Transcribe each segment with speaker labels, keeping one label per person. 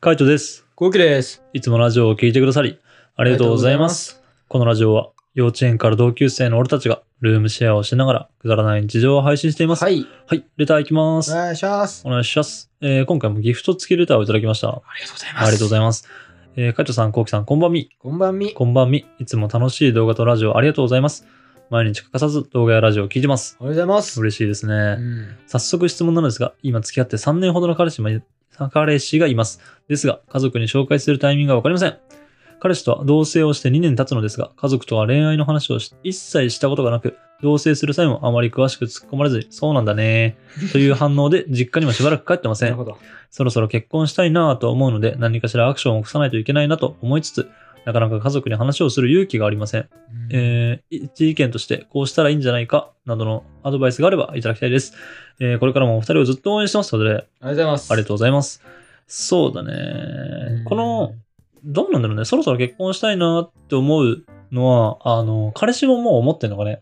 Speaker 1: カイトです。
Speaker 2: コウキです。
Speaker 1: いつもラジオを聞いてくださり、ありがとうございます。このラジオは、幼稚園から同級生の俺たちが、ルームシェアをしながら、くだらない日常を配信しています。
Speaker 2: は
Speaker 1: はい、
Speaker 2: い。
Speaker 1: レターいきま
Speaker 2: お
Speaker 1: す。
Speaker 2: 願いします。
Speaker 1: お願いします。えー今回もギフト付きレターをいただきました。
Speaker 2: ありがとうござい
Speaker 1: ありがとうございます。えー、カイトさん、コウキさん、こんばんみ。
Speaker 2: こんばんみ。
Speaker 1: こんばんみ。いつも楽しい動画とラジオありがとうございます。毎日欠かさず動画やラジオを聞いてます。
Speaker 2: おはようございます。
Speaker 1: 嬉しいですね。
Speaker 2: うん。
Speaker 1: 早速質問なのですが、今付き合って3年ほどの彼氏もい彼氏がいます。ですが、家族に紹介するタイミングがわかりません。彼氏とは同棲をして2年経つのですが、家族とは恋愛の話をし一切したことがなく、同棲する際もあまり詳しく突っ込まれずに、そうなんだねという反応で実家にもしばらく帰ってませ
Speaker 2: なんる。ほど。
Speaker 1: そろそろ結婚したいなぁと思うので、何かしらアクションを起こさないといけないなと思いつつ、なかなか家族に話をする勇気がありません。えー一意見としてこうしたらいいんじゃないかなどのアドバイスがあればいただきたいです。えーこれからもお二人をずっと応援してますので、
Speaker 2: ありがとうございます。
Speaker 1: ありがとうございます。そうだ
Speaker 2: う
Speaker 1: ね
Speaker 2: ん。
Speaker 1: この、どうなんだろうね。そろそろ結婚したいなって思うのは、あの、彼氏ももう思ってんのかね。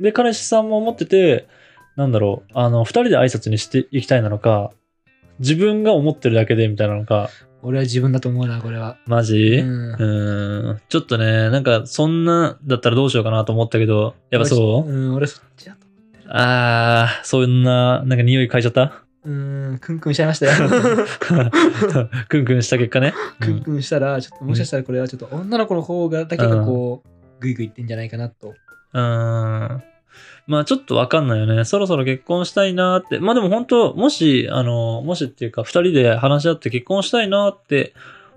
Speaker 1: で、彼氏さんも思ってて、なんだろう、あの、二人で挨拶にしていきたいなのか、自分が思ってるだけでみたいなのか、
Speaker 2: 俺は自分だと思うな、これは。
Speaker 1: マジ、
Speaker 2: うん
Speaker 1: うーんちょっとね、なんかそんなだったらどうしようかなと思ったけど、やっぱそう、
Speaker 2: うん、俺そっちだと。
Speaker 1: あー、そんな、なんか匂い嗅いちゃった
Speaker 2: うん、クンクンしちゃいました よ。
Speaker 1: クンクンした結果ね。
Speaker 2: クンクンしたら、ちょっともしかしたらこれはちょっと女の子の方がだけがこう、グイグイいってんじゃないかなと。
Speaker 1: うん。うーんまあちょっとわかんないよね。そろそろ結婚したいなーって。まあでも本当、もし、あの、もしっていうか、二人で話し合って結婚したいなーって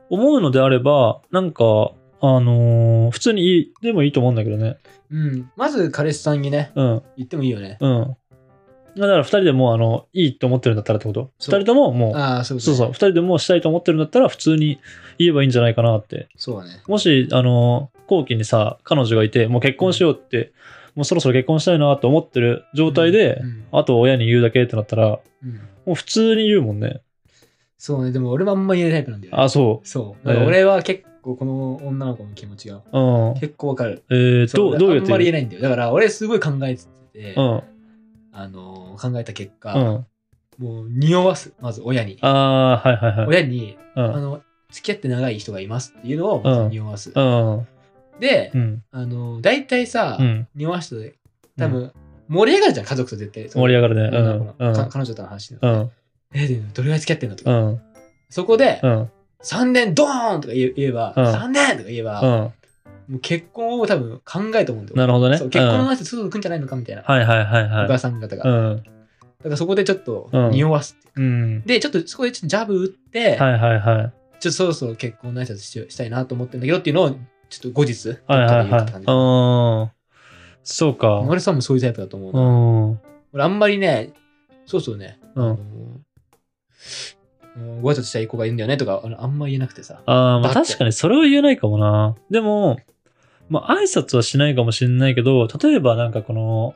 Speaker 1: 思うのであれば、なんか、あのー普通にいい、でもいいと思うんだけどね。
Speaker 2: うん。まず彼氏さんにね、
Speaker 1: うん。
Speaker 2: 言ってもいいよね。
Speaker 1: うん。だから2人でもうあのいいと思ってるんだったらってこと
Speaker 2: そう
Speaker 1: ?2 人とももう、
Speaker 2: ああ、そう
Speaker 1: そうそう、
Speaker 2: そう。
Speaker 1: 2人でもうしたいと思ってるんだったら普通に言えばいいんじゃないかなって。
Speaker 2: そうだね。
Speaker 1: もし、あの、後期にさ、彼女がいて、もう結婚しようって、もうそろそろ結婚したいなと思ってる状態で
Speaker 2: う、ん。
Speaker 1: あと親に言うだけってなったら、
Speaker 2: うん
Speaker 1: もう普通に言うもんね。
Speaker 2: そうね、でも俺はあんま言えないタイプなんだよね。
Speaker 1: あ、そ
Speaker 2: そう。だから俺は結構この女の子の気持ちが
Speaker 1: う。うん。
Speaker 2: 結構わかる。
Speaker 1: えー、
Speaker 2: そ
Speaker 1: どう、どうや
Speaker 2: あ
Speaker 1: っ
Speaker 2: ん
Speaker 1: て
Speaker 2: まり言
Speaker 1: 言
Speaker 2: え
Speaker 1: う
Speaker 2: ないんだよ。だから俺すごい考えてて、
Speaker 1: うん。
Speaker 2: あのー考えた結果、
Speaker 1: うん。
Speaker 2: もう匂わす、まず親に。
Speaker 1: あー、はいはいはい。
Speaker 2: 親に、
Speaker 1: う
Speaker 2: あ
Speaker 1: ん。
Speaker 2: の、付き合って長い人がいますっていうのをまず匂わす。
Speaker 1: うん。
Speaker 2: で、
Speaker 1: うん。
Speaker 2: あのー大体さ、
Speaker 1: うん。
Speaker 2: 匂わすと多分、盛り上がるじゃん、家族と絶対。
Speaker 1: 盛り上がるね。
Speaker 2: 女の子
Speaker 1: う
Speaker 2: のか
Speaker 1: ん。
Speaker 2: 彼女との話で、
Speaker 1: うん。
Speaker 2: えでもどれぐらい付き合ってんのと
Speaker 1: う
Speaker 2: か。
Speaker 1: ん。
Speaker 2: そこで、
Speaker 1: うん。
Speaker 2: 3年ドーンとか言え言えば、
Speaker 1: うん
Speaker 2: 3年とか言えば、
Speaker 1: うん。
Speaker 2: もう結婚を多分考えと思うんだよ。
Speaker 1: なるほどね。
Speaker 2: そう結婚の
Speaker 1: うん
Speaker 2: 話すぐ来んじゃないのかみたいな、
Speaker 1: はいはいはい
Speaker 2: お母
Speaker 1: は
Speaker 2: さん方が。
Speaker 1: い。うん。
Speaker 2: だからそこでちょっと
Speaker 1: うん
Speaker 2: 匂わすっていう
Speaker 1: うん。
Speaker 2: で、ちょっとそこでちょっとジャブ打って、
Speaker 1: はいはいはい。
Speaker 2: ちょっとそろそろ結婚の挨拶しようしたいなと思ってんだけどっていうのを、ちょっと後日、
Speaker 1: はい
Speaker 2: ど
Speaker 1: は
Speaker 2: っ
Speaker 1: い
Speaker 2: かで言う
Speaker 1: は
Speaker 2: って
Speaker 1: い
Speaker 2: 感。じ
Speaker 1: うん。そうか。
Speaker 2: 俺さんもそういうタイプだと思う
Speaker 1: う
Speaker 2: な。
Speaker 1: ん。
Speaker 2: 俺あんまりね、そうそうね、
Speaker 1: う
Speaker 2: あの
Speaker 1: ん。
Speaker 2: ーもうご挨拶したい子がいるんだよねとか、あのあんま言えなくてさ。
Speaker 1: ああ、まあ
Speaker 2: だって
Speaker 1: 確かにそれは言えないかもな。でも、まあ挨拶はしないかもしれないけど、例えばなんかこの、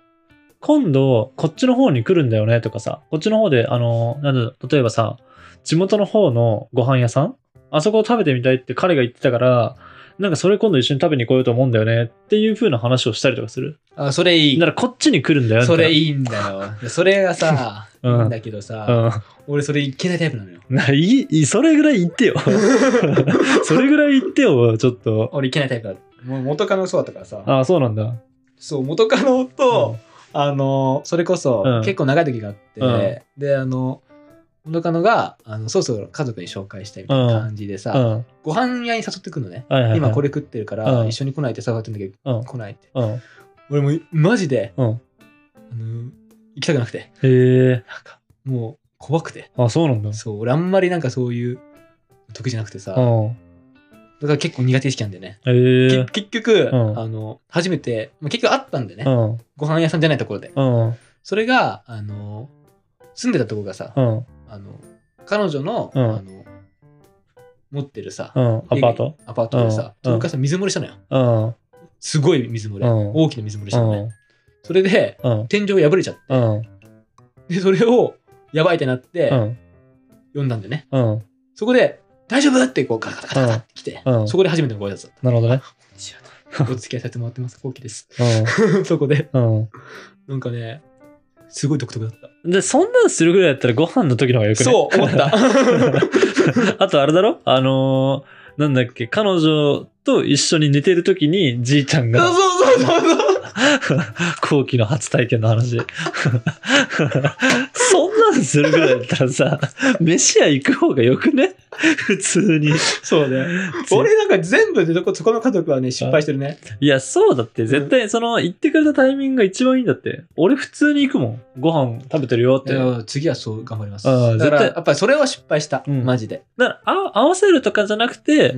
Speaker 1: 今度こっちの方に来るんだよねとかさ、こっちの方で、あの、なんだろう、例えばさ、地元の方のご飯屋さんあそこを食べてみたいって彼が言ってたから、なんかそれ今度一緒に食べに来ようと思うんだよねっていう風な話をしたりとかする。
Speaker 2: あ、それい
Speaker 1: だ
Speaker 2: い。
Speaker 1: からこっちに来るんだよ
Speaker 2: それ
Speaker 1: い。
Speaker 2: いいんだよ。 でそれがさ、い
Speaker 1: うん
Speaker 2: いんだけど
Speaker 1: う
Speaker 2: さ、
Speaker 1: ん。
Speaker 2: 俺それいけないタイプなのよ。
Speaker 1: ないいい、それぐらい言って よ。それぐらい言ってよ、ちょっと。
Speaker 2: 俺いけないタイプだ。もう元カノそうだったからさ、
Speaker 1: ああ、そうなんだ。
Speaker 2: そう、元カノと、あのそれこそ、
Speaker 1: うん
Speaker 2: 結構長い時があって、
Speaker 1: うん
Speaker 2: であの元カノがあのそろそろ家族に紹介したいみたいな感じでさ、
Speaker 1: うん。うん。
Speaker 2: ご飯屋に誘ってくるのね、
Speaker 1: はいはいはい
Speaker 2: 今これ食ってるから、
Speaker 1: うん
Speaker 2: 一緒に来ないって誘ってんだけど、
Speaker 1: うん
Speaker 2: 来ないって
Speaker 1: うん。
Speaker 2: 俺もうマジで、
Speaker 1: うん
Speaker 2: あの行きたくなくて
Speaker 1: へえ。
Speaker 2: なんかもう怖くて
Speaker 1: あ、そうなんだ。
Speaker 2: そう俺あんまりなんかそういう得意じゃなくてさ、
Speaker 1: う
Speaker 2: だ
Speaker 1: ん。
Speaker 2: から結構苦手意識なんだよね、
Speaker 1: へえ
Speaker 2: け。結局、
Speaker 1: うん
Speaker 2: あの初めて、まあ、結局会ったんでね、
Speaker 1: うん。
Speaker 2: ご飯屋さんじゃないところで
Speaker 1: うん。
Speaker 2: それがあの住んでたところがさ、
Speaker 1: うん。
Speaker 2: あの彼女の,、
Speaker 1: うん
Speaker 2: あの持ってるさ、
Speaker 1: うん。アパート
Speaker 2: アパートでさ、
Speaker 1: う
Speaker 2: そ
Speaker 1: ん
Speaker 2: れからさ水漏れしたのよ
Speaker 1: うん。
Speaker 2: すごい水漏れ、
Speaker 1: うん
Speaker 2: 大きな水漏れ
Speaker 1: う
Speaker 2: したのね、
Speaker 1: ん。
Speaker 2: それで
Speaker 1: うん。
Speaker 2: 天井破れちゃっ
Speaker 1: うん。
Speaker 2: てでそれをやばいってなって、
Speaker 1: うん。
Speaker 2: 呼んだんでね
Speaker 1: うん。
Speaker 2: そこで「大丈夫?」ってこうガタガタガタって来て、
Speaker 1: うん
Speaker 2: そこで初めてのご挨拶だ っ
Speaker 1: なるほどね。
Speaker 2: た知ら ないお付き合いさせてもらってますコウキです
Speaker 1: う
Speaker 2: そこで
Speaker 1: ん。うん。
Speaker 2: なんかねすごい独特だっ
Speaker 1: で、そんなんするぐらいだったらご飯の時の方がよく
Speaker 2: た。
Speaker 1: ね
Speaker 2: そう、思った。
Speaker 1: あとあれだろあのーなんだっけ、彼女と一緒に寝てる時にじいちゃん
Speaker 2: そう
Speaker 1: が
Speaker 2: そうそうそうそう。
Speaker 1: 後期の初体験の話。 そんなんするぐらいだったらさ、飯屋行く方がよくね普通に。
Speaker 2: そうね。 俺なんか全部でどこ、そこの家族はね、失敗してるね。
Speaker 1: いや、そうだって、絶対その行ってくれたタイミングが一番いいんだって。俺普通に行くもん。ご飯食べてるよって。
Speaker 2: で次はそう頑張ります。
Speaker 1: ああ
Speaker 2: だから、
Speaker 1: 絶対
Speaker 2: やっぱりそれは失敗した。
Speaker 1: うん
Speaker 2: マジで。
Speaker 1: だからあ合わせるとかじゃなくて、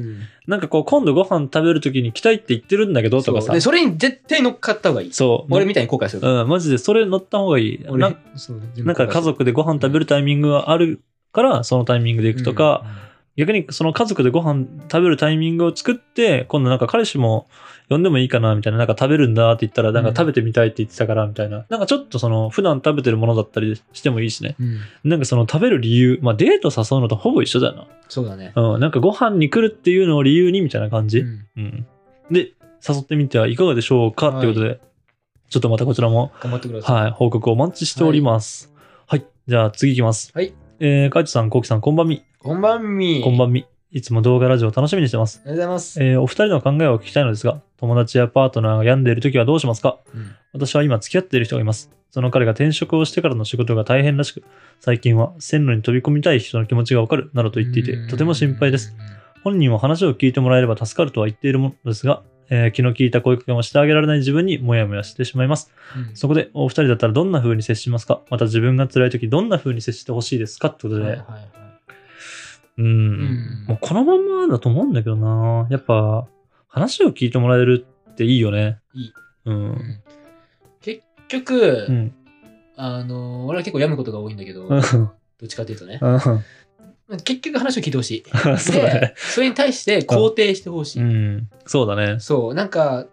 Speaker 1: なんかこう今度ご飯食べるときに来たいって言ってるんだけどとか
Speaker 2: そう
Speaker 1: さ
Speaker 2: で、。それに絶対乗っかった方がいい。
Speaker 1: そう。
Speaker 2: 俺みたいに後悔するから。
Speaker 1: うん、マジでそれ乗った方がいい。な
Speaker 2: 俺、そう
Speaker 1: なんか家族でご飯食べるタイミングがあるから、そのタイミングで行くとか、、逆にその家族でご飯食べるタイミングを作って、今度なんか彼氏も呼んでもいいかなみたいな、なんか食べるんだって言ったら、なんか食べてみたいって言ってたからみたいな、なんかちょっとその普段食べてるものだったりしてもいいしね。
Speaker 2: うんうん
Speaker 1: なんかその食べる理由、まあデート誘うのとほぼ一緒だよ
Speaker 2: そうだね。
Speaker 1: な。うん、なんかご飯に来るっていうのを理由にみたいな感じ。
Speaker 2: うん
Speaker 1: うん。で、誘ってみてはいかがでしょうかってことで、ちょっとまたこちらも
Speaker 2: 頑張ってください。
Speaker 1: はい、報告をお待ちしております。はい、じゃあ次いきます。
Speaker 2: はい。
Speaker 1: えー、カイトさん、コウキさん、こんばんみ。
Speaker 2: こんばんみ。
Speaker 1: こんばんみ。いつも動画ラジオ楽しみにしてます。
Speaker 2: ありがとうございます。
Speaker 1: えー、お二人の考えを聞きたいのですが、友達やパートナーが病んでいるときはどうしますか
Speaker 2: うん
Speaker 1: 私は今付き合っている人がいます。その彼が転職をしてからの仕事が大変らしく、最近は線路に飛び込みたい人の気持ちがわかるなどと言っていて、とても心配です。。本人は話を聞いてもらえれば助かるとは言っているものですが、えー気の利いた声かけもしてあげられない自分にモヤモヤしてしまいます。
Speaker 2: うん
Speaker 1: そこでお二人だったらどんな風に接しますかまた自分が辛い時どんな風に接してほしいですかってことで、
Speaker 2: はいはいは
Speaker 1: うん、
Speaker 2: いうん
Speaker 1: もうこのまんまだと思うんだけどなやっぱ話を聞いてもらえるっていいよね
Speaker 2: いい
Speaker 1: うん
Speaker 2: 結局、
Speaker 1: うん
Speaker 2: あの俺は結構病むことが多いんだけど、
Speaker 1: う
Speaker 2: ど
Speaker 1: ん
Speaker 2: っちかというとね、
Speaker 1: うん
Speaker 2: 結局話を聞いてほしい。
Speaker 1: そうだね
Speaker 2: で、それに対して肯定してほし
Speaker 1: う
Speaker 2: い。
Speaker 1: んそうだね
Speaker 2: そう、なんか、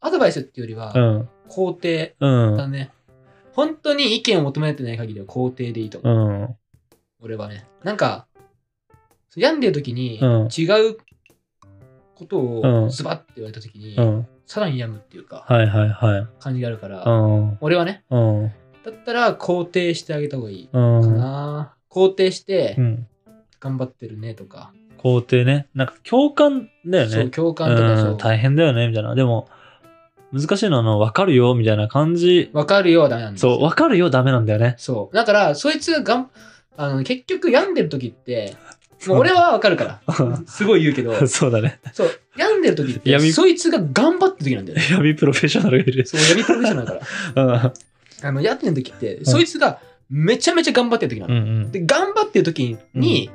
Speaker 2: アドバイスっていうよりは
Speaker 1: う、ん
Speaker 2: 肯定
Speaker 1: うん
Speaker 2: だね。本当に意見を求められてない限りは肯定でいいと思
Speaker 1: う
Speaker 2: う。
Speaker 1: ん
Speaker 2: 俺はね。なんか、病んでる時に
Speaker 1: うん
Speaker 2: 違うこと
Speaker 1: う
Speaker 2: を
Speaker 1: ん
Speaker 2: ズバッて言われた時に
Speaker 1: う、ん
Speaker 2: さらに病むっていうか、
Speaker 1: はいはいはい
Speaker 2: 感じがあるから、
Speaker 1: うん
Speaker 2: 俺はね、
Speaker 1: うん
Speaker 2: だったら肯定してあげた方がいいうか
Speaker 1: ん
Speaker 2: な。肯定して
Speaker 1: う、ん
Speaker 2: 頑張ってるねとか、
Speaker 1: 肯定ねなんか共感だよね
Speaker 2: そう、共感とか
Speaker 1: う
Speaker 2: そ
Speaker 1: ん、
Speaker 2: う、
Speaker 1: 大変だよねみたいなでも難しいのはあの分かるよみたいな感じ
Speaker 2: わかるようだなんですよ
Speaker 1: そう分かるよダメなんだよね
Speaker 2: そう。だから、そいつがん、あの、結局病んでる時って、もう俺はわかるから。すごい言うけど、
Speaker 1: そうだね
Speaker 2: そう、病んでる時って、
Speaker 1: 闇
Speaker 2: そいつが頑張ってる時なんだよね。
Speaker 1: 闇プロフェッショナルがいる
Speaker 2: そう、闇プロフェッショナルだか
Speaker 1: うん
Speaker 2: ら。あ の、病んでる時って、そいつがめちゃめちゃ頑張ってる時な
Speaker 1: う
Speaker 2: の。
Speaker 1: ん
Speaker 2: で、頑張ってる時に、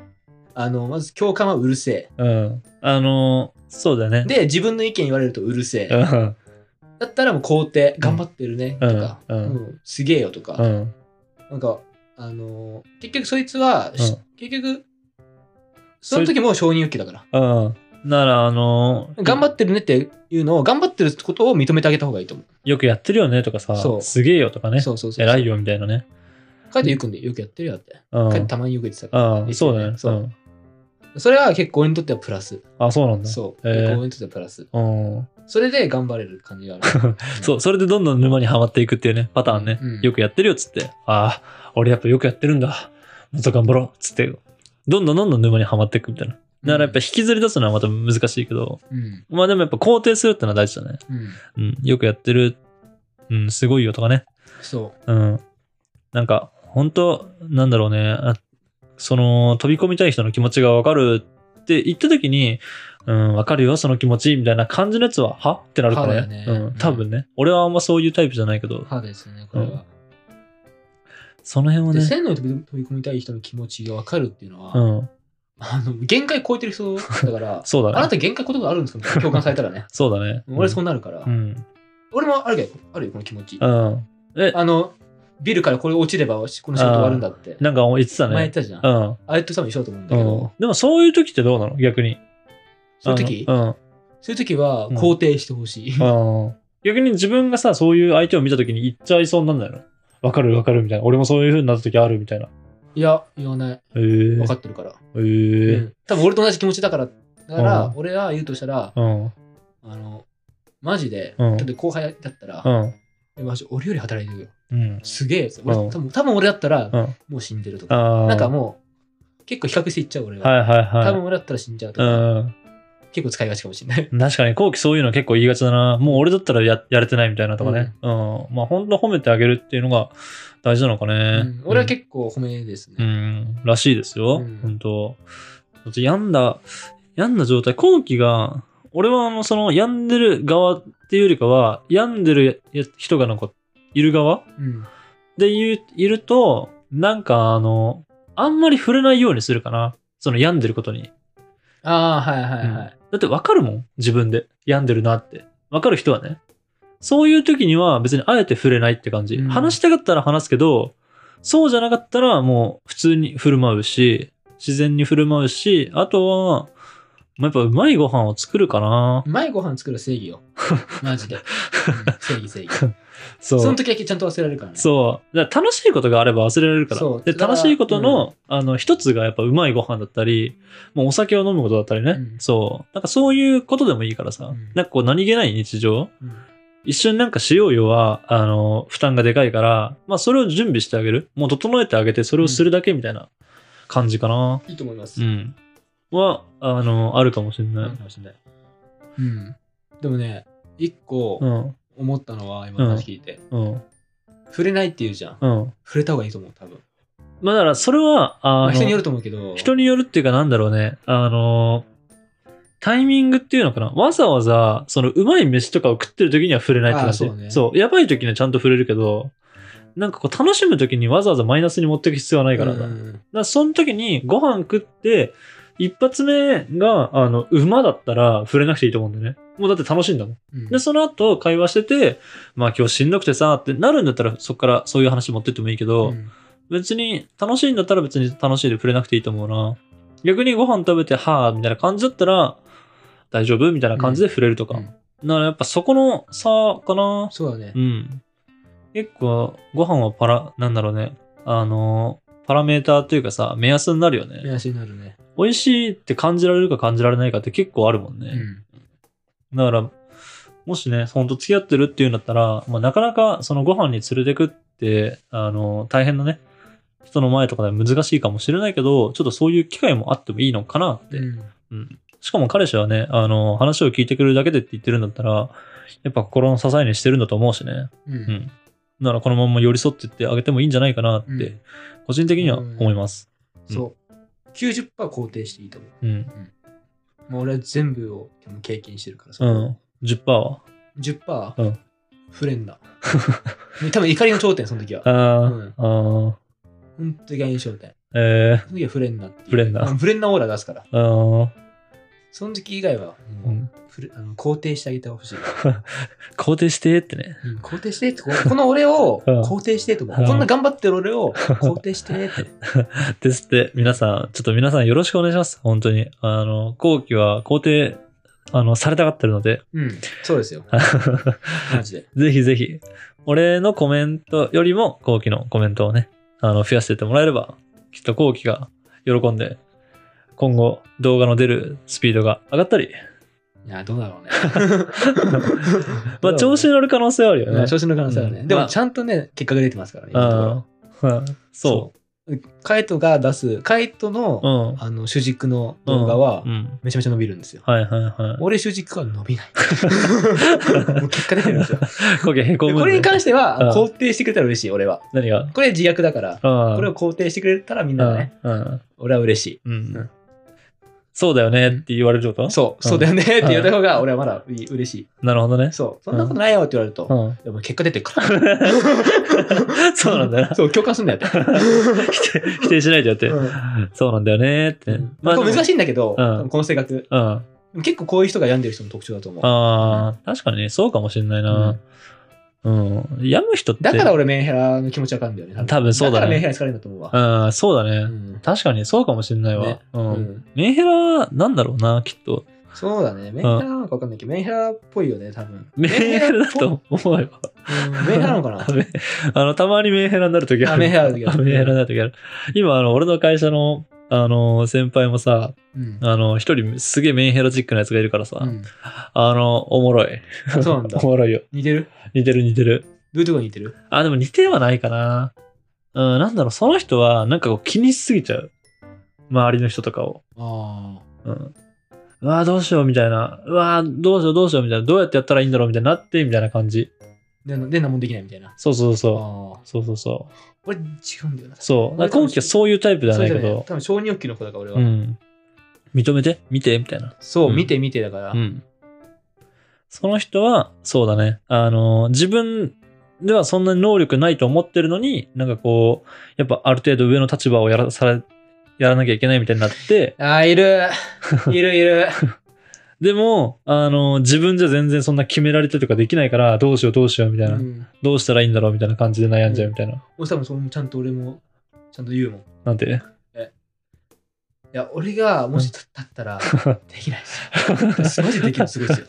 Speaker 2: あの、まず共感はうるせ
Speaker 1: うんうんあのーそうだね
Speaker 2: え。で、自分の意見言われるとうるせ
Speaker 1: う
Speaker 2: え。
Speaker 1: ん
Speaker 2: だったらもう肯定、頑張ってるね、とか、
Speaker 1: うんうん
Speaker 2: うんすげえよとか、
Speaker 1: うん
Speaker 2: なんか、あのー結局そいつは、し
Speaker 1: うん
Speaker 2: 結局、その時も承認欲求だから。
Speaker 1: うんならあのー
Speaker 2: 頑張ってるねっていうのを、頑張ってることを認めてあげた方がいいと思う。
Speaker 1: よくやってるよねとかさ
Speaker 2: そう
Speaker 1: すげえよとかね
Speaker 2: そうそうそう。
Speaker 1: 偉いよみたいなね
Speaker 2: カイトよくんでよくやってるよだって。
Speaker 1: うん
Speaker 2: カイトたまによく言ってたか
Speaker 1: うんそうだね
Speaker 2: そう
Speaker 1: うん
Speaker 2: ら。それは結構俺にとってはプラス。
Speaker 1: あそうなんだ
Speaker 2: そう。
Speaker 1: へえ
Speaker 2: 結構俺にとってはプラス。
Speaker 1: うん。
Speaker 2: それで頑張れる感じがある
Speaker 1: そうう、それでどんどん沼にはまっていくっていうね、パターンね。
Speaker 2: うん
Speaker 1: よくやってるよっつって、ああ、俺やっぱよくやってるんだ。もっと頑張ろうっつって、どんどんどんどん沼にはまっていくみたいな。
Speaker 2: ん。
Speaker 1: だからやっぱ引きずり出すのはまた難しいけど、
Speaker 2: うん。
Speaker 1: まあでもやっぱ肯定するってのは大事だね。
Speaker 2: うん。
Speaker 1: うん、よくやってる、うん、すごいよとかね。
Speaker 2: そ
Speaker 1: うん。なんか、本当なんだろうね、あその、飛び込みたい人の気持ちがわかるって言った時に、うん、わかるよ、その気持ち、みたいな感じのやつは、はってなるからね。
Speaker 2: はだよね
Speaker 1: うん、多分ね。俺はあんまそういうタイプじゃないけど
Speaker 2: う。、歯ですね、これは。
Speaker 1: その辺を
Speaker 2: で、
Speaker 1: ね、
Speaker 2: 線路に飛び飛び込みたい人の気持ちが分かるっていうのは、
Speaker 1: うん、
Speaker 2: あの限界超えてる人だから、
Speaker 1: そう
Speaker 2: あ
Speaker 1: だ
Speaker 2: な
Speaker 1: ね。。
Speaker 2: た限界超えたことあるんですか共感されたらね
Speaker 1: そうだね。
Speaker 2: 俺そううなるから。
Speaker 1: うん。
Speaker 2: 俺もあるけど、あるよ、この気持ち
Speaker 1: う。ん。え、
Speaker 2: あの、ビルからこれ落ちれば、この仕事終わるんだって。
Speaker 1: なんか言ってた
Speaker 2: 前言っ
Speaker 1: ね。
Speaker 2: たじゃん。
Speaker 1: う
Speaker 2: あ
Speaker 1: ん。
Speaker 2: れと多分一緒だと思うんだ
Speaker 1: う
Speaker 2: け
Speaker 1: ん
Speaker 2: ど、、
Speaker 1: でもそういう時ってどうなの逆に。
Speaker 2: そういう時
Speaker 1: あの
Speaker 2: そういう時は肯定してほしい。
Speaker 1: うん。うん。逆に自分がさ、そういう相手を見た時に言っちゃいそうになんないのわかるわかるみたいな。俺もそういう風になった時あるみたいな。
Speaker 2: いや、言わない。
Speaker 1: へえ。
Speaker 2: 分かってるから。
Speaker 1: へ
Speaker 2: う
Speaker 1: え。
Speaker 2: ん多分俺と同じ気持ちだから、だか
Speaker 1: うん
Speaker 2: ら、俺は言うとしたら、
Speaker 1: うん。
Speaker 2: あの、マジで、
Speaker 1: うん
Speaker 2: だって後輩だったら
Speaker 1: う、ん。
Speaker 2: マジ俺より働いてるよ。
Speaker 1: うん。
Speaker 2: すげえやつ。俺
Speaker 1: うん
Speaker 2: 多分多分俺だったら、
Speaker 1: うん。
Speaker 2: もう死んでるとか。
Speaker 1: ああ。
Speaker 2: なんかもう、結構比較していっちゃう俺は。
Speaker 1: はいはいはい。
Speaker 2: 多分俺だったら死んじゃうと
Speaker 1: う
Speaker 2: か、
Speaker 1: ん。
Speaker 2: 結構使いがちかもしれない。
Speaker 1: 確かに、後期そういうの結構言いがちだな。もう俺だったらややれてないみたいなとかね。うん。まあ、本当褒めてあげるっていうのが大事なのかね。
Speaker 2: うん俺は結構褒めですね。
Speaker 1: うん、らしいですよ。
Speaker 2: うん
Speaker 1: 本当ちょっと病んだ、病んだ状態、後期が、俺はあの、その、病んでる側っていうよりかは、病んでるや人がなんか、いる側
Speaker 2: うん。
Speaker 1: で言う、いると、なんかあの、あんまり触れないようにするかな。その、病んでることに。
Speaker 2: ああ、はいはい
Speaker 1: うん
Speaker 2: は
Speaker 1: だ
Speaker 2: い。
Speaker 1: ってわかるもん、自分で。病んでるなって。わかる人はね。そういう時には別にあえて触れないって感じ。
Speaker 2: うん
Speaker 1: 話したかったら話すけど、そうじゃなかったらもう普通に振る舞うし、自然に振る舞うし、あとは、まあやっぱうまいご飯を作るかな
Speaker 2: う。まいご飯作る正 義よ。マジで。うん正義正義。
Speaker 1: そ
Speaker 2: そうの。時だけちゃんと忘れられるからね。
Speaker 1: そう。だから楽しいことがあれば忘れられるから
Speaker 2: そう。
Speaker 1: で、
Speaker 2: だから
Speaker 1: 楽しいことの、あの、一つがやっぱうまいご飯だったり、もうお酒を飲むことだったりね。
Speaker 2: うん
Speaker 1: そう。なんかそういうことでもいいからさ、
Speaker 2: うん
Speaker 1: なんかこう何気ない日常
Speaker 2: うん。
Speaker 1: 一緒になんかしようよは、あの、負担がでかいから、まあそれを準備してあげる。もう整えてあげて、それをするだけみたいな感じかな。
Speaker 2: いいと思います。
Speaker 1: うん。は、あの、あるかもしれな
Speaker 2: な
Speaker 1: んい。
Speaker 2: かもしれない。うん。でもね、一個
Speaker 1: うん、
Speaker 2: 思ったのは、今の話聞いて、
Speaker 1: うん、
Speaker 2: 触れないって言うじゃん。
Speaker 1: うん。
Speaker 2: 触れた方がいいと思う、多分。
Speaker 1: まあだから、それは、
Speaker 2: ま
Speaker 1: あ
Speaker 2: あ
Speaker 1: の、
Speaker 2: 人によると思うけど。
Speaker 1: 人によるっていうかなんだろうね。あの、タイミングっていうのかな。わざわざ、その、うまい飯とかを食ってる時には触れないって
Speaker 2: ああ
Speaker 1: 感じ。
Speaker 2: そうね
Speaker 1: そう。やばい時にはちゃんと触れるけど、なんかこう、楽しむ時にわざわざマイナスに持っていく必要はないからな。
Speaker 2: うん
Speaker 1: だからその時にご飯食って、一発目が、あの、馬だったら触れなくていいと思うんだよね。もうだって楽しいんだもん。
Speaker 2: うん
Speaker 1: で、その後会話してて、まあ今日しんどくてさ、ってなるんだったらそっからそういう話持ってってもいいけど、
Speaker 2: うん
Speaker 1: 別に楽しいんだったら別に楽しいで触れなくていいと思うな。逆にご飯食べて、はぁ、みたいな感じだったら、大丈夫みたいな感じで触れるとか。
Speaker 2: うん
Speaker 1: だからやっぱそこの差かな。
Speaker 2: そうだね
Speaker 1: う。ん。結構、ご飯はパラ、なんだろうね。あの、パラメーターというかさ、目安になるよ
Speaker 2: 目
Speaker 1: ね。
Speaker 2: 安になるね。
Speaker 1: 美味しいって感じられるか感じられないかって結構あるもんね。だから、もしね、ほんと付き合ってるっていうんだったら、まあ、なかなかそのご飯に連れてくって、あの、大変なね、人の前とかでは難しいかもしれないけど、ちょっとそういう機会もあってもいいのかなって。
Speaker 2: うん
Speaker 1: うんしかも彼氏はね、あの、話を聞いてくれるだけでって言ってるんだったら、やっぱ心の支えにしてるんだと思うしね。
Speaker 2: う。
Speaker 1: うんん。ならこのまま寄り添ってってあげてもいいんじゃないかなっ
Speaker 2: うん
Speaker 1: て、個人的には思います。
Speaker 2: そう。90%肯定していいと思
Speaker 1: うん。
Speaker 2: う。もう俺は全部を経験してるから
Speaker 1: う
Speaker 2: さ。
Speaker 1: ん。10%は。
Speaker 2: 10%、
Speaker 1: うん
Speaker 2: フレ ンだ。多分怒りの頂点、その時は。
Speaker 1: ああ
Speaker 2: うん、
Speaker 1: ああ、
Speaker 2: 本当に怒りの頂点。
Speaker 1: え
Speaker 2: その時はフレンだっていう。
Speaker 1: フレンダ
Speaker 2: うんフレンなオーラ出すから。
Speaker 1: えああ、
Speaker 2: その時以外は、
Speaker 1: う
Speaker 2: もうんフレあの肯定してあげてほしい。
Speaker 1: 肯定してってね。
Speaker 2: うん肯定してって、ここの俺を
Speaker 1: うん
Speaker 2: 肯定してと思
Speaker 1: う
Speaker 2: う。
Speaker 1: ん
Speaker 2: こんな頑張ってる俺を肯定してって。
Speaker 1: ですって、皆さん、ちょっと皆さんよろしくお願いします。本当に。あの、後期は肯定、あの、されたがってるので、
Speaker 2: うん、そうですよ。マジで。
Speaker 1: ぜひぜひ、俺のコメントよりも後期のコメントをね、あの、増やしてってもらえれば、きっと後期が喜んで、今後動画の出るスピードが上がったり、
Speaker 2: いや、どうだろうね。
Speaker 1: まあ、調子に乗る可能性はあるよ
Speaker 2: う
Speaker 1: ね
Speaker 2: ん。調子の可能性は
Speaker 1: う
Speaker 2: ね。
Speaker 1: ん
Speaker 2: で
Speaker 1: ま
Speaker 2: も、
Speaker 1: あ
Speaker 2: ちゃんとね、結果が出てますからね。今のところ
Speaker 1: ああうんそ
Speaker 2: そう。カイトが出す、カイトの,、
Speaker 1: う。うん。
Speaker 2: あの主軸の動画は
Speaker 1: うん。
Speaker 2: めちゃめちゃ伸びるんですよ。
Speaker 1: はいはいは
Speaker 2: 俺主軸は伸びない。もう結果出てるん ですよ。
Speaker 1: い。後期へ こむんだね。
Speaker 2: これに関しては
Speaker 1: うん
Speaker 2: 肯定してくれたら嬉しい、俺は。
Speaker 1: 何が
Speaker 2: これ自虐だから、
Speaker 1: ああ。
Speaker 2: これを肯定してくれたらみんながね、
Speaker 1: うんうん。
Speaker 2: 俺は嬉しい。
Speaker 1: うん。そうだよねって言われること
Speaker 2: そう、そうだよねって言った方が俺はまだうい嬉しい。
Speaker 1: なるほどね。
Speaker 2: そう、そんなことないよって言われる
Speaker 1: う
Speaker 2: と、
Speaker 1: ん。
Speaker 2: でも結果出てるから。
Speaker 1: そうなん だな。
Speaker 2: そう、共感すんだよって。
Speaker 1: 否定否定しないでよ って。
Speaker 2: うん
Speaker 1: そうなんだよねって。
Speaker 2: まあ、これ難
Speaker 1: しい。
Speaker 2: しいんだけど、
Speaker 1: うん
Speaker 2: 多分この性格。
Speaker 1: うん。あ
Speaker 2: 結構こういう人が病んでる人の特徴だと思う。
Speaker 1: あー、確かにそうかもしれないな。うん。病む人って。
Speaker 2: だから俺メンヘラの気持ちわかるんだよね。
Speaker 1: 多分そうだね
Speaker 2: だからメンヘラに好かれるんだと思うわ。
Speaker 1: うん、そうだ
Speaker 2: う
Speaker 1: ね。
Speaker 2: ん
Speaker 1: 確かにそうかもしれないわ
Speaker 2: ね。
Speaker 1: う。
Speaker 2: うんん
Speaker 1: メンヘラなんだろうな、きっと。
Speaker 2: そうだね。メンヘラなのかわかんないけど、メンヘラっぽいよね、多分。
Speaker 1: メンヘラだ
Speaker 2: うん。
Speaker 1: と思えば。
Speaker 2: メンヘラなのかな
Speaker 1: め あの、たまにメンヘラになるときあ
Speaker 2: あ
Speaker 1: る。
Speaker 2: メンヘラの時ある
Speaker 1: メンヘラになる ときある。今、あの、俺の会社の、あの、先輩もさ、
Speaker 2: うん
Speaker 1: あの、一人すげえメンヘラチックなやつがいるからさ、
Speaker 2: うん
Speaker 1: あの、おもろい。
Speaker 2: そうなん だ
Speaker 1: おもろいよ。
Speaker 2: 似てる
Speaker 1: 似てる似てる。
Speaker 2: どういうとこに似てる
Speaker 1: あ、でも似てはないかな。うん、なんだろう、その人は、なんかこう気にしすぎちゃう。周りの人とかを。
Speaker 2: あ
Speaker 1: うん。うわーどうしようみたいな。うわーどうしようどうしようみたいな。どうやってやったらいいんだろうみたいになって、みたいな感じ。
Speaker 2: あ。で、で何もできないみたいな。
Speaker 1: そうそう
Speaker 2: あ
Speaker 1: そう。
Speaker 2: あ。
Speaker 1: そうそうそう。
Speaker 2: 俺、違うんだよな。
Speaker 1: そう。だから今期はそういうタイプではないけど。
Speaker 2: 多分承認欲求の子だから俺は。
Speaker 1: うん。認めて見てみたいな。
Speaker 2: そう、
Speaker 1: うん
Speaker 2: 見て見てだから。
Speaker 1: うん。その人は、そうだね。あの、自分ではそんなに能力ないと思ってるのに、なんかこう、やっぱある程度上の立場をやらされ、やらなきゃいけないみたいになって、
Speaker 2: ああ、いる。いるいる。
Speaker 1: でも、あの、自分じゃ全然そんな決められてとかできないから、どうしようどうしようみたいな、
Speaker 2: うん
Speaker 1: どうしたらいいんだろうみたいな感じで悩んじゃうみたいな。
Speaker 2: 俺多分それもちゃんと俺も、ちゃんと言うもん。い
Speaker 1: なんて
Speaker 2: や、俺がもし立っ たら、できないですよ。マジでできないすごいですよ。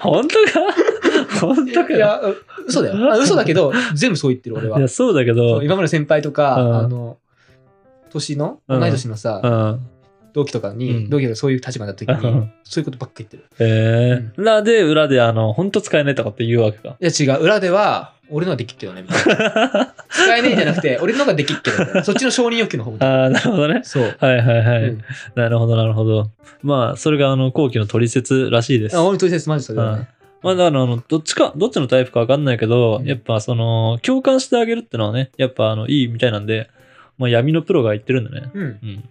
Speaker 1: 本当か 本当か
Speaker 2: い
Speaker 1: よ
Speaker 2: や、嘘だよ。あ嘘だけど、全部そう言ってる俺はい
Speaker 1: や、。そうだけ
Speaker 2: そ
Speaker 1: ど
Speaker 2: う、今まで先輩とか、
Speaker 1: うん
Speaker 2: あの、年の、
Speaker 1: うん
Speaker 2: 同い年のさ、
Speaker 1: うん。
Speaker 2: 同期とかに、
Speaker 1: うん
Speaker 2: 同期がそういう立場になった時に、
Speaker 1: うん
Speaker 2: そういうことばっか言ってる。
Speaker 1: えー。裏で、裏で、あの、本当使えないとかって言うわけか。
Speaker 2: いや違う、裏では、俺のはできっけどね、みたいな。 使えねえじゃなくて、俺のができっけどね、そっちの承認欲求の方も。
Speaker 1: ああ、なるほどね。
Speaker 2: そう。
Speaker 1: はいはいはい。
Speaker 2: うん
Speaker 1: なるほどなるほど。まあ、それがあの、後期の取説らしいです。
Speaker 2: あ俺の取説マジそれだね。
Speaker 1: まあ、だからあの、どっちか、どっちのタイプかわかんないけど、
Speaker 2: うん
Speaker 1: やっぱその、共感してあげるってのはね、やっぱあの、いいみたいなんで、まあ、闇のプロが言ってるんだね。
Speaker 2: うん。
Speaker 1: うん。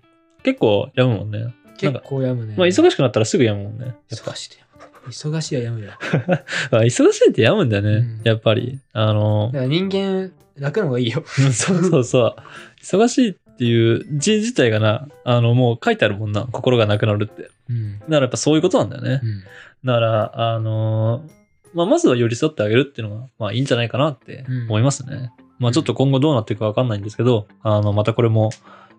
Speaker 1: 結構やむもんね。
Speaker 2: 結構やむね。
Speaker 1: まあ、忙しくなったらすぐやむもんね。やっぱ
Speaker 2: 忙しいでやむ。忙しいはやむよ。だ
Speaker 1: まあ忙しいってやむんだよね、
Speaker 2: うん
Speaker 1: やっぱり。あの
Speaker 2: か、ら人間、楽の方がいいよ。
Speaker 1: そうそうそう。忙しいっていう字自体がな、あの、もう書いてあるもんな。心がなくなるって。だ
Speaker 2: うん。
Speaker 1: からやっぱそういうことなんだよね。
Speaker 2: うん。
Speaker 1: なら、あのーまあ、まずは寄り添ってあげるっていうのが、まあ、いいんじゃないかなって
Speaker 2: うん
Speaker 1: 思いますね。まあ、ちょっと今後どうなっていくかわかんないんですけど、あの、またこれも、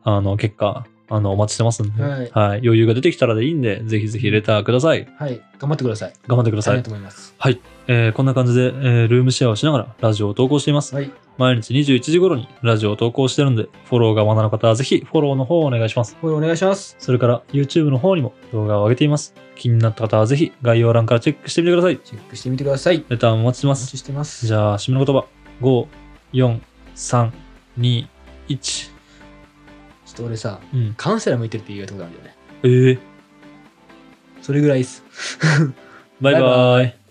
Speaker 1: あの、結果、あの、お待ちしてますんで、
Speaker 2: はい
Speaker 1: 余裕が出てきたらでいいんで、ぜひぜひレターください。
Speaker 2: はい。頑張ってください。
Speaker 1: 頑張ってくだ
Speaker 2: 大
Speaker 1: さ
Speaker 2: 変だ
Speaker 1: い。
Speaker 2: と思います。
Speaker 1: えーこんな感じで、えールームシェアをしながらラジオを投稿しています。
Speaker 2: はい。
Speaker 1: 毎日21時頃にラジオを投稿してるんで、フォローがまだの方はぜひフォローの方をお願いします。
Speaker 2: これお願いします。
Speaker 1: それから YouTube の方にも動画を上げています。気になった方はぜひ概要欄からチェックしてみてください。
Speaker 2: チェックしてみてください。
Speaker 1: レターもお待ちしてま
Speaker 2: お
Speaker 1: す
Speaker 2: 待。ちしてます。
Speaker 1: じゃあ、締めの言葉。5、4、3、2、1。
Speaker 2: ちょっと俺さ、
Speaker 1: うん。
Speaker 2: カウンセラー向いてるって言われたことあるんだよ
Speaker 1: え
Speaker 2: ね。
Speaker 1: え
Speaker 2: それぐらいです。
Speaker 1: バイバイ。
Speaker 2: バイバ